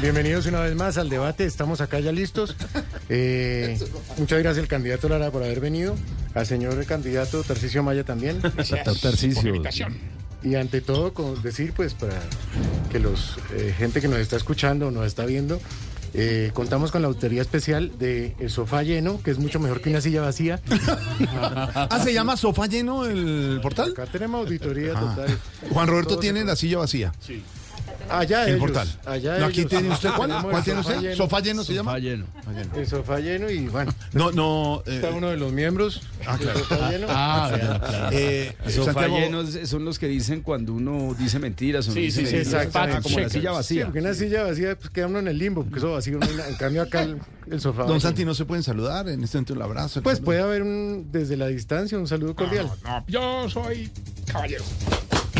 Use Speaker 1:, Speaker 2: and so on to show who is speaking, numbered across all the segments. Speaker 1: Bienvenidos una vez más al debate. Estamos acá ya listos. Eh, muchas gracias al candidato Lara por haber venido. Al señor candidato Tarcisio Maya también. Y ante todo, con- decir pues para que los eh, gente que nos está escuchando o nos está viendo, eh, contamos con la autoría especial de el sofá lleno, que es mucho mejor que una silla vacía.
Speaker 2: Ah, se llama Sofá Lleno el portal.
Speaker 1: Acá tenemos
Speaker 2: Ah.
Speaker 1: auditoría total.
Speaker 2: Juan Roberto tiene la silla vacía.
Speaker 1: Allá
Speaker 2: El
Speaker 1: ellos,
Speaker 2: portal.
Speaker 1: Allá
Speaker 2: No, aquí
Speaker 1: ellos.
Speaker 2: tiene usted. ¿Cuál,
Speaker 1: Tenemos el
Speaker 2: cuál tiene
Speaker 1: sofá
Speaker 2: usted?
Speaker 1: lleno.
Speaker 2: Sofá Lleno se llama.
Speaker 3: lleno.
Speaker 1: El sofá lleno y bueno,
Speaker 2: No, no.
Speaker 1: está
Speaker 2: eh,
Speaker 1: uno de los miembros.
Speaker 2: Ah, claro.
Speaker 1: El sofá lleno.
Speaker 3: Ah, claro, claro.
Speaker 2: eh,
Speaker 3: Sofá
Speaker 2: Santiago,
Speaker 3: llenos son los que dicen cuando uno dice mentiras. o no dice
Speaker 1: sí, sí,
Speaker 3: mentiras.
Speaker 1: exactamente.
Speaker 3: Ah, Como la
Speaker 1: Checkers.
Speaker 3: silla
Speaker 1: Sí,
Speaker 3: vacía.
Speaker 2: ah,
Speaker 1: porque una silla vacía pues, queda uno en el limbo, porque eso vacío. no hay nada. en cambio, acá el, el sofá.
Speaker 2: Don
Speaker 1: vacío.
Speaker 2: Santi, ¿no se pueden saludar? En este momento el abrazo. el
Speaker 1: Pues
Speaker 2: saludo.
Speaker 1: puede haber un, desde la distancia un saludo cordial.
Speaker 4: No, yo soy caballero.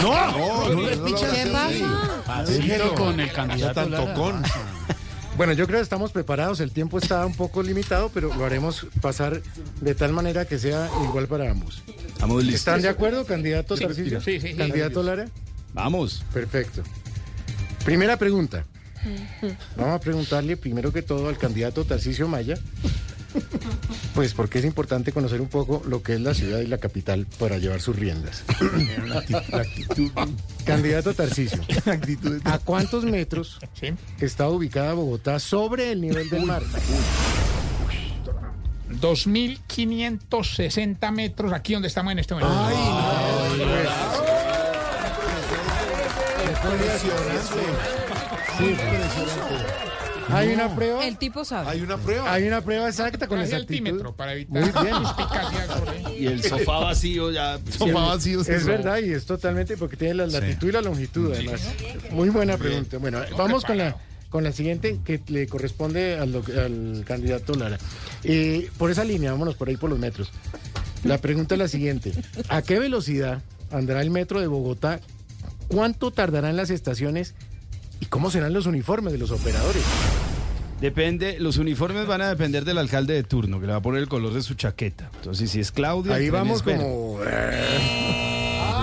Speaker 2: No, no, les piches. ¿Qué
Speaker 4: Pasito con el
Speaker 2: Ya
Speaker 4: candidato.
Speaker 2: tan tocón.
Speaker 1: Bueno, yo creo que estamos preparados. El tiempo está un poco limitado, pero lo haremos pasar de tal manera que sea igual para ambos.
Speaker 3: Vamos listos.
Speaker 1: ¿Están de acuerdo, candidato Tarcillo?
Speaker 4: sí, sí, sí.
Speaker 1: ¿Candidato Lara?
Speaker 3: Vamos.
Speaker 1: Perfecto. Primera pregunta. Vamos a preguntarle primero que todo al candidato Tarcisio Maya, pues porque es importante conocer un poco lo que es la ciudad y la capital para llevar sus riendas. Candidato Tarcisio, ¿a cuántos metros
Speaker 4: Sí.
Speaker 1: está ubicada Bogotá sobre el nivel del mar?
Speaker 4: 2.560 metros aquí donde estamos en este momento.
Speaker 1: Ah, Hay una prueba,
Speaker 5: El tipo sabe.
Speaker 2: Hay una prueba.
Speaker 1: hay una prueba exacta con
Speaker 4: Traje
Speaker 1: exactitud.
Speaker 4: altímetro para evitar
Speaker 1: Muy bien.
Speaker 4: suspicacias por ahí.
Speaker 3: Y el sofá vacío ya.
Speaker 2: Sofá vacío.
Speaker 1: Es verdad y es totalmente porque tiene la latitud y la longitud además. Muy buena pregunta. Bueno, vamos con la con la siguiente que le corresponde al, doc- al candidato Lara. Eh, por esa línea, vámonos por ahí por los metros. La pregunta es la siguiente. ¿A qué velocidad andará el metro de Bogotá? ¿Cuánto tardarán las estaciones? ¿Y cómo serán los uniformes de los operadores?
Speaker 3: Depende, los uniformes van a depender del alcalde de turno, que le va a poner el color de su chaqueta. Entonces, si es Claudia.
Speaker 1: Ahí
Speaker 3: el tren
Speaker 1: vamos
Speaker 3: es verde.
Speaker 1: como...
Speaker 2: eh.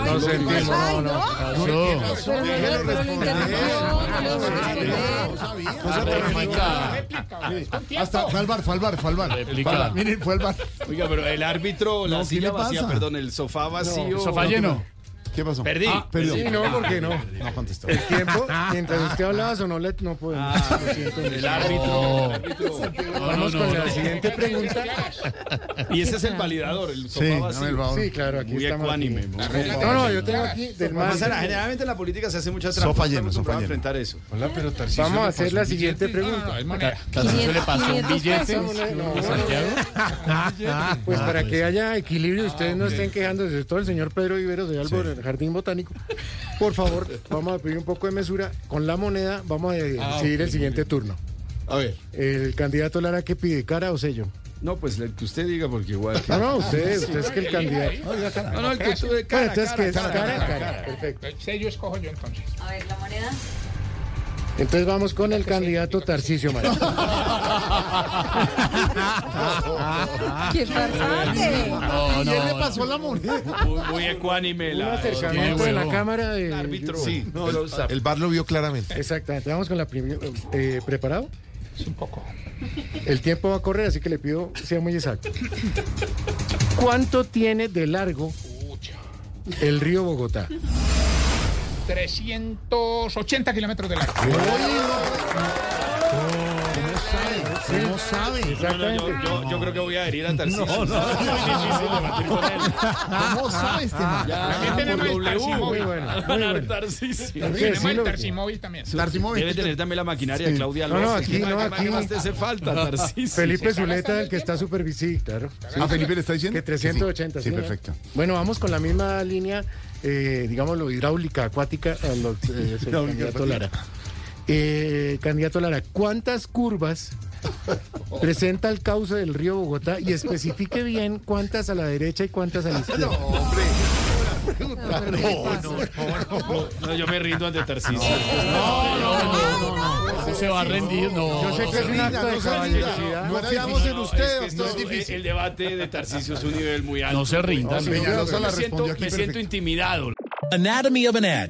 Speaker 1: No sentimos. No, no.
Speaker 5: Pero no lo- pero lo interrumpió, no lo dejó responder.
Speaker 2: Cosa tan delicada.
Speaker 4: Réplica, con tiempo.
Speaker 2: Hasta fue al bar, fue al bar, fue al bar. Fue al bar. Miren, fue al bar.
Speaker 3: Oiga, pero el árbitro, la
Speaker 2: No, ¿qué
Speaker 3: silla
Speaker 2: le pasa?
Speaker 3: vacía, perdón, el sofá vacío.
Speaker 4: sofá lleno.
Speaker 2: ¿Qué pasó?
Speaker 3: Perdí.
Speaker 2: Ah, perdió.
Speaker 3: Perdí.
Speaker 1: Sí, no, porque no.
Speaker 2: No contestó.
Speaker 1: El tiempo, mientras usted hablaba, sonó la- no podemos. lo siento,
Speaker 3: El
Speaker 1: no.
Speaker 3: árbitro. el árbitro.
Speaker 1: Vamos con la siguiente pregunta.
Speaker 3: Y ese es el validador,
Speaker 2: Sí,
Speaker 3: el sofá vacío.
Speaker 2: dame el favor.
Speaker 1: Sí, claro, aquí
Speaker 3: Muy
Speaker 1: estamos.
Speaker 3: ecuánime.
Speaker 1: aquí.
Speaker 3: muy
Speaker 1: No, no, yo tengo aquí del
Speaker 3: Pasa
Speaker 1: más.
Speaker 3: nada, generalmente en la política se hace mucha trampa.
Speaker 2: Sofá
Speaker 3: Estamos
Speaker 2: lleno, sofá
Speaker 3: acostumbrados a
Speaker 2: lleno.
Speaker 3: enfrentar eso.
Speaker 2: Hola, pero Tarcisio.
Speaker 1: Vamos a hacer la siguiente
Speaker 4: No,
Speaker 1: pregunta.
Speaker 3: Ah,
Speaker 4: es moneda.
Speaker 5: 500 pesos.
Speaker 1: No, no, no. Pues para que haya equilibrio y
Speaker 3: Ah,
Speaker 1: ustedes no estén quejándose, sobre todo el señor Pedro Viveros de Álvaro del Jardín Botánico. Por favor, vamos a pedir un poco de mesura. Con la moneda vamos a
Speaker 3: Ah,
Speaker 1: decidir el siguiente turno.
Speaker 2: A ver.
Speaker 1: El candidato Lara, ¿qué pide? ¿Cara o sello? Ah,
Speaker 3: No, pues el que usted diga, porque igual. que-
Speaker 1: No, no, usted, usted es que el candidato.
Speaker 3: No, no, el que usted
Speaker 1: Bueno,
Speaker 3: cara,
Speaker 1: entonces,
Speaker 3: cara,
Speaker 1: ¿qué es?
Speaker 3: cara,
Speaker 1: Cara,
Speaker 3: cara,
Speaker 1: cara. Perfecto.
Speaker 4: El sello escojo yo entonces.
Speaker 5: A ver, la moneda.
Speaker 1: Entonces vamos con el candidato Tarcisio Maya.
Speaker 5: ¡Qué farsante!
Speaker 2: ¿Quién le pasó la moneda?
Speaker 3: Muy, muy ecuánime
Speaker 1: Un
Speaker 3: la.
Speaker 1: acercamiento de la cámara de
Speaker 3: el árbitro.
Speaker 2: Sí, no,
Speaker 3: Pero
Speaker 2: el,
Speaker 3: sa-
Speaker 2: el bar lo vio claramente.
Speaker 1: Exactamente. Vamos con la primera. eh, ¿Preparado?
Speaker 4: Es un poco.
Speaker 1: El tiempo va a correr, así que le pido sea muy exacto. ¿Cuánto tiene de largo
Speaker 4: Pucha.
Speaker 1: el río Bogotá?
Speaker 4: 380 kilómetros de largo.
Speaker 2: ¿Cómo sabe?
Speaker 3: no, no, yo,
Speaker 1: Exactamente.
Speaker 3: yo- yo creo que voy a adherir a Tarcísio.
Speaker 2: ¿Cómo sabe este man?
Speaker 4: También tenemos
Speaker 3: por
Speaker 4: el
Speaker 3: W.
Speaker 4: Tarsimóvil.
Speaker 1: Muy Ah, bueno. muy
Speaker 3: Ganar
Speaker 1: bueno.
Speaker 3: Tarcisio.
Speaker 1: Hay que
Speaker 4: Tenemos
Speaker 1: decirlo
Speaker 4: el
Speaker 1: porque-
Speaker 4: Tarsimóvil también.
Speaker 2: Tarsimóvil.
Speaker 3: Debe tener también la maquinaria de Claudia
Speaker 1: No, no,
Speaker 3: López.
Speaker 1: aquí,
Speaker 3: ¿Qué más-
Speaker 1: no,
Speaker 3: qué más-
Speaker 1: aquí.
Speaker 3: ¿Qué más te hace falta, Tarcisio?
Speaker 1: Felipe
Speaker 4: está
Speaker 1: Zuleta,
Speaker 4: gastando
Speaker 1: el que
Speaker 4: el
Speaker 1: está super bici, claro.
Speaker 2: ¿A Ah, Felipe le está diciendo?
Speaker 1: Que 380.
Speaker 2: Sí,
Speaker 1: ¿no?
Speaker 2: perfecto.
Speaker 1: Bueno, vamos con la misma línea, eh, digámoslo, hidráulica, acuática, a los, eh, el candidato Lara. Eh, candidato Lara, ¿cuántas curvas presenta el cauce del río Bogotá y especifique bien cuántas a la derecha y cuántas a la izquierda?
Speaker 3: No, yo me rindo ante Tarcísio.
Speaker 6: No se va a rendir, no.
Speaker 1: Yo sé que es un acto de caballerosidad.
Speaker 2: No confiamos en
Speaker 3: Es que
Speaker 2: ustedes,
Speaker 3: esto-
Speaker 2: es
Speaker 3: el,
Speaker 2: difícil.
Speaker 3: el debate de Tarcicio es un nivel muy alto.
Speaker 6: No se rindan.
Speaker 2: Sí, Peñalosa la
Speaker 6: Me siento,
Speaker 2: respondió aquí
Speaker 6: me siento
Speaker 2: perfecto.
Speaker 6: intimidado.
Speaker 7: Anatomy of an ad.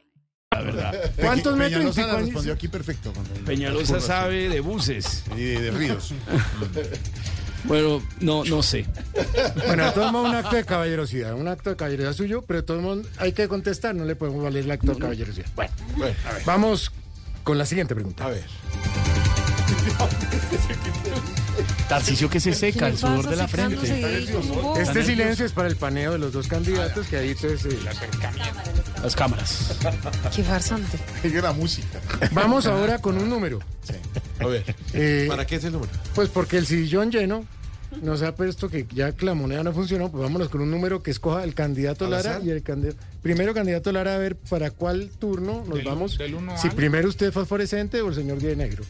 Speaker 1: ¿Cuántos metros y
Speaker 2: Peñalosa la
Speaker 1: cincuenta-
Speaker 2: respondió aquí perfecto. con el-
Speaker 3: Peñalosa sabe de buses.
Speaker 2: Y de de ríos.
Speaker 3: Bueno, no, no sé.
Speaker 1: Bueno, de todos modos, un acto de caballerosidad, un acto de caballerosidad suyo, pero de todos modos hay que contestar, no le podemos valer el acto de caballerosidad. Bueno, vamos con la siguiente pregunta.
Speaker 2: A ver.
Speaker 6: Tarcicio que se seca, el sudor de la frente.
Speaker 5: frente.
Speaker 1: Este silencio es para el paneo de los dos candidatos que ahí entonces, eh,
Speaker 6: Las cámaras.
Speaker 5: Qué farsante.
Speaker 2: Sigue la música.
Speaker 1: Vamos ahora con un número.
Speaker 2: A ver.
Speaker 1: Eh,
Speaker 2: ¿Para qué es el número?
Speaker 1: Pues porque el sillón lleno nos ha puesto que ya que la moneda no funcionó, pues vámonos con un número que escoja el candidato
Speaker 2: ¿Al
Speaker 1: Lara
Speaker 2: azar?
Speaker 1: y el candidato. Primero candidato Lara, a ver para cuál turno nos
Speaker 4: Del-
Speaker 1: vamos.
Speaker 4: del uno
Speaker 1: si
Speaker 4: al-
Speaker 1: primero usted fosforescente o el señor de negro.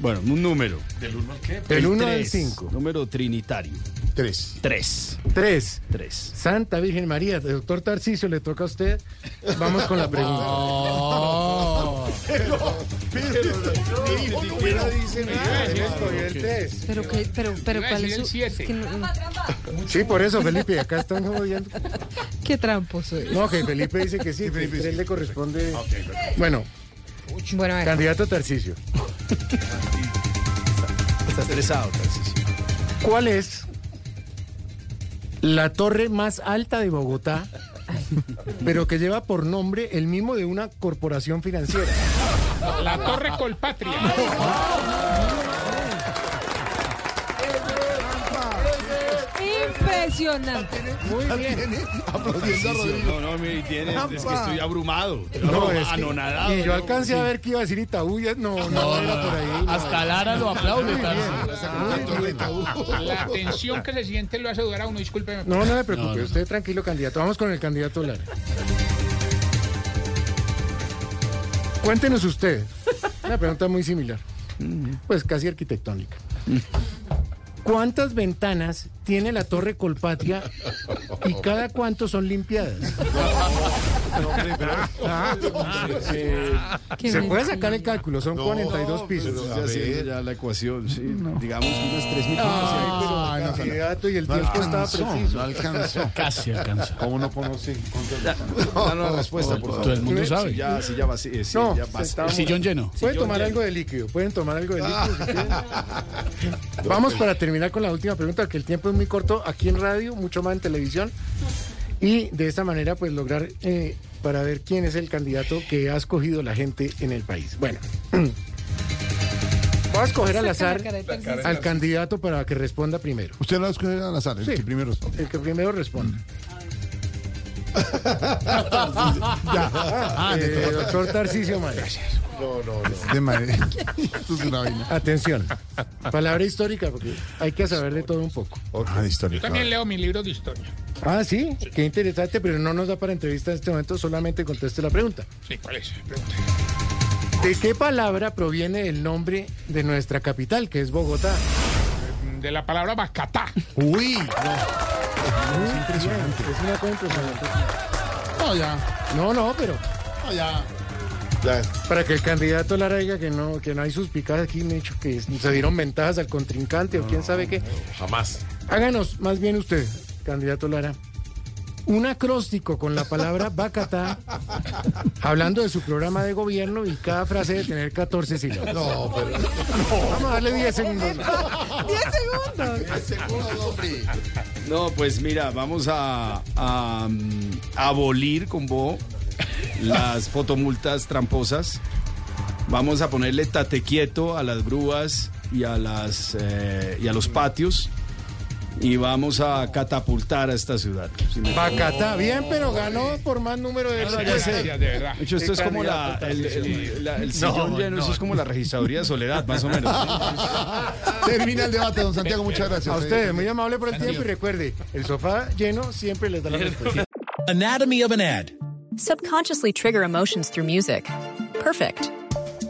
Speaker 3: Bueno, un número.
Speaker 1: Del 1 al
Speaker 3: Tres.
Speaker 1: 5.
Speaker 3: Número trinitario.
Speaker 2: Tres.
Speaker 3: Tres.
Speaker 1: 3.
Speaker 3: Tres.
Speaker 1: Santa Virgen María, doctor Tarcicio, le toca a usted. Vamos con la pregunta.
Speaker 5: Pero, qué, pero, pero
Speaker 4: Iba a
Speaker 5: ¿cuál es
Speaker 4: decir
Speaker 5: su...?
Speaker 4: el siete.
Speaker 5: es que no-
Speaker 1: Sí, por eso, Felipe, acá están jodiendo.
Speaker 5: qué trampo soy.
Speaker 1: No, que Felipe dice que sí, Ah, que el tres le corresponde. Bueno,
Speaker 5: Bueno, a ver.
Speaker 1: candidato Tarcicio,
Speaker 3: Está estresado, Tarcicio.
Speaker 1: ¿cuál es la torre más alta de Bogotá, pero que lleva por nombre el mismo de una corporación financiera? Ah.
Speaker 4: La Torre Colpatria.
Speaker 5: Impresionante.
Speaker 2: Aplaudiendo a Rodrigo.
Speaker 3: No, no, me tiene, es que estoy abrumado.
Speaker 1: No,
Speaker 3: No,
Speaker 1: es que-
Speaker 3: anonadado.
Speaker 1: y yo alcancé a ver que iba a decir Itaúya. No, no, era por ahí. no.
Speaker 6: Hasta Lara lo aplaude, Tarcicio.
Speaker 2: Ah,
Speaker 4: La tensión que se siente lo hace dudar a uno. Discúlpeme.
Speaker 1: No, no me preocupe, usted tranquilo, candidato. Vamos con el candidato Lara. Cuéntenos usted. Una pregunta muy similar. Pues casi arquitectónica. ¿Cuántas ventanas tiene la Torre Colpatria y cada cuánto son limpiadas? Ah, eh,
Speaker 5: Qué
Speaker 1: Se puede
Speaker 5: mentira.
Speaker 1: sacar el cálculo, son 42 pisos.
Speaker 3: Ya sé, ya la ecuación, sí. Digamos unas tres
Speaker 1: Ay,
Speaker 3: mil.
Speaker 1: Ah, no, candidato y el tiempo estaba preciso.
Speaker 2: No alcanzó.
Speaker 6: Casi alcanza.
Speaker 2: ¿Cómo no conoce?
Speaker 3: Dame una respuesta, por favor.
Speaker 6: Todo el mundo sabe.
Speaker 3: Sí, ya, sí, ya va, sí, sí,
Speaker 1: No,
Speaker 3: ya va.
Speaker 1: se está-
Speaker 6: El sillón lleno.
Speaker 1: Pueden tomar algo de líquido, pueden tomar algo de líquido. si quieren. Vamos para terminar con la última pregunta, que el tiempo es muy corto aquí en radio, mucho más en televisión. Y de esta manera, pues lograr eh, para ver quién es el candidato que ha escogido la gente en el país. Bueno, voy a escoger al
Speaker 5: Saca la
Speaker 1: azar
Speaker 5: cara de Tarcisio.
Speaker 1: al candidato para que responda primero.
Speaker 2: Usted lo va a escoger al azar, el
Speaker 1: Sí.
Speaker 2: que primero responde.
Speaker 1: El que primero responda. ya. Eh, doctor Tarcisio Maya.
Speaker 2: De manera. Esto es una vaina.
Speaker 1: Atención. Palabra histórica, porque hay que saber de todo un poco.
Speaker 2: Ah, de historia.
Speaker 4: Yo también leo mis libros de historia.
Speaker 1: Ah, sí, qué interesante, pero no nos da para entrevista en este momento, solamente conteste la pregunta.
Speaker 4: Sí, ¿cuál es? Pregunta.
Speaker 1: ¿De qué palabra proviene el nombre de nuestra capital, que es Bogotá?
Speaker 4: De la palabra bacatá.
Speaker 2: Uy, no.
Speaker 1: Es impresionante. Es una cosa impresionante.
Speaker 2: No, ya.
Speaker 1: No, no, pero
Speaker 2: No, ya. Ya.
Speaker 1: para que el candidato Lara diga que no, que no hay suspicacia aquí, me he dicho que se dieron ventajas al contrincante o quién sabe qué.
Speaker 8: Jamás.
Speaker 1: Háganos más bien usted, candidato Lara. Un acróstico con la palabra bacatá, hablando de su programa de gobierno y cada frase de tener 14 sílabas.
Speaker 2: No, pero.
Speaker 1: Vamos a darle 10 segundos.
Speaker 3: No, pues mira, vamos a, a, mm, abolir con Bo las fotomultas tramposas Vamos a ponerle tate quieto a las grúas y a, las, eh, y a los patios. Y vamos a catapultar a esta ciudad. Si no-
Speaker 1: Pacata, bien, pero ganó por más número de
Speaker 3: ya
Speaker 1: votos.
Speaker 3: sé.
Speaker 4: Gracias, de verdad.
Speaker 3: De hecho, esto es como la, el, el- la- el sillón lleno, eso es como la registraduría de Soledad, más o menos.
Speaker 2: Termina el debate, don Santiago. Muchas gracias.
Speaker 1: A
Speaker 2: eh.
Speaker 1: ustedes, muy amable por el tiempo y recuerde, el sofá lleno siempre les da la respuesta.
Speaker 7: Anatomy of an ad.
Speaker 9: Subconsciously trigger emotions through music. Perfect.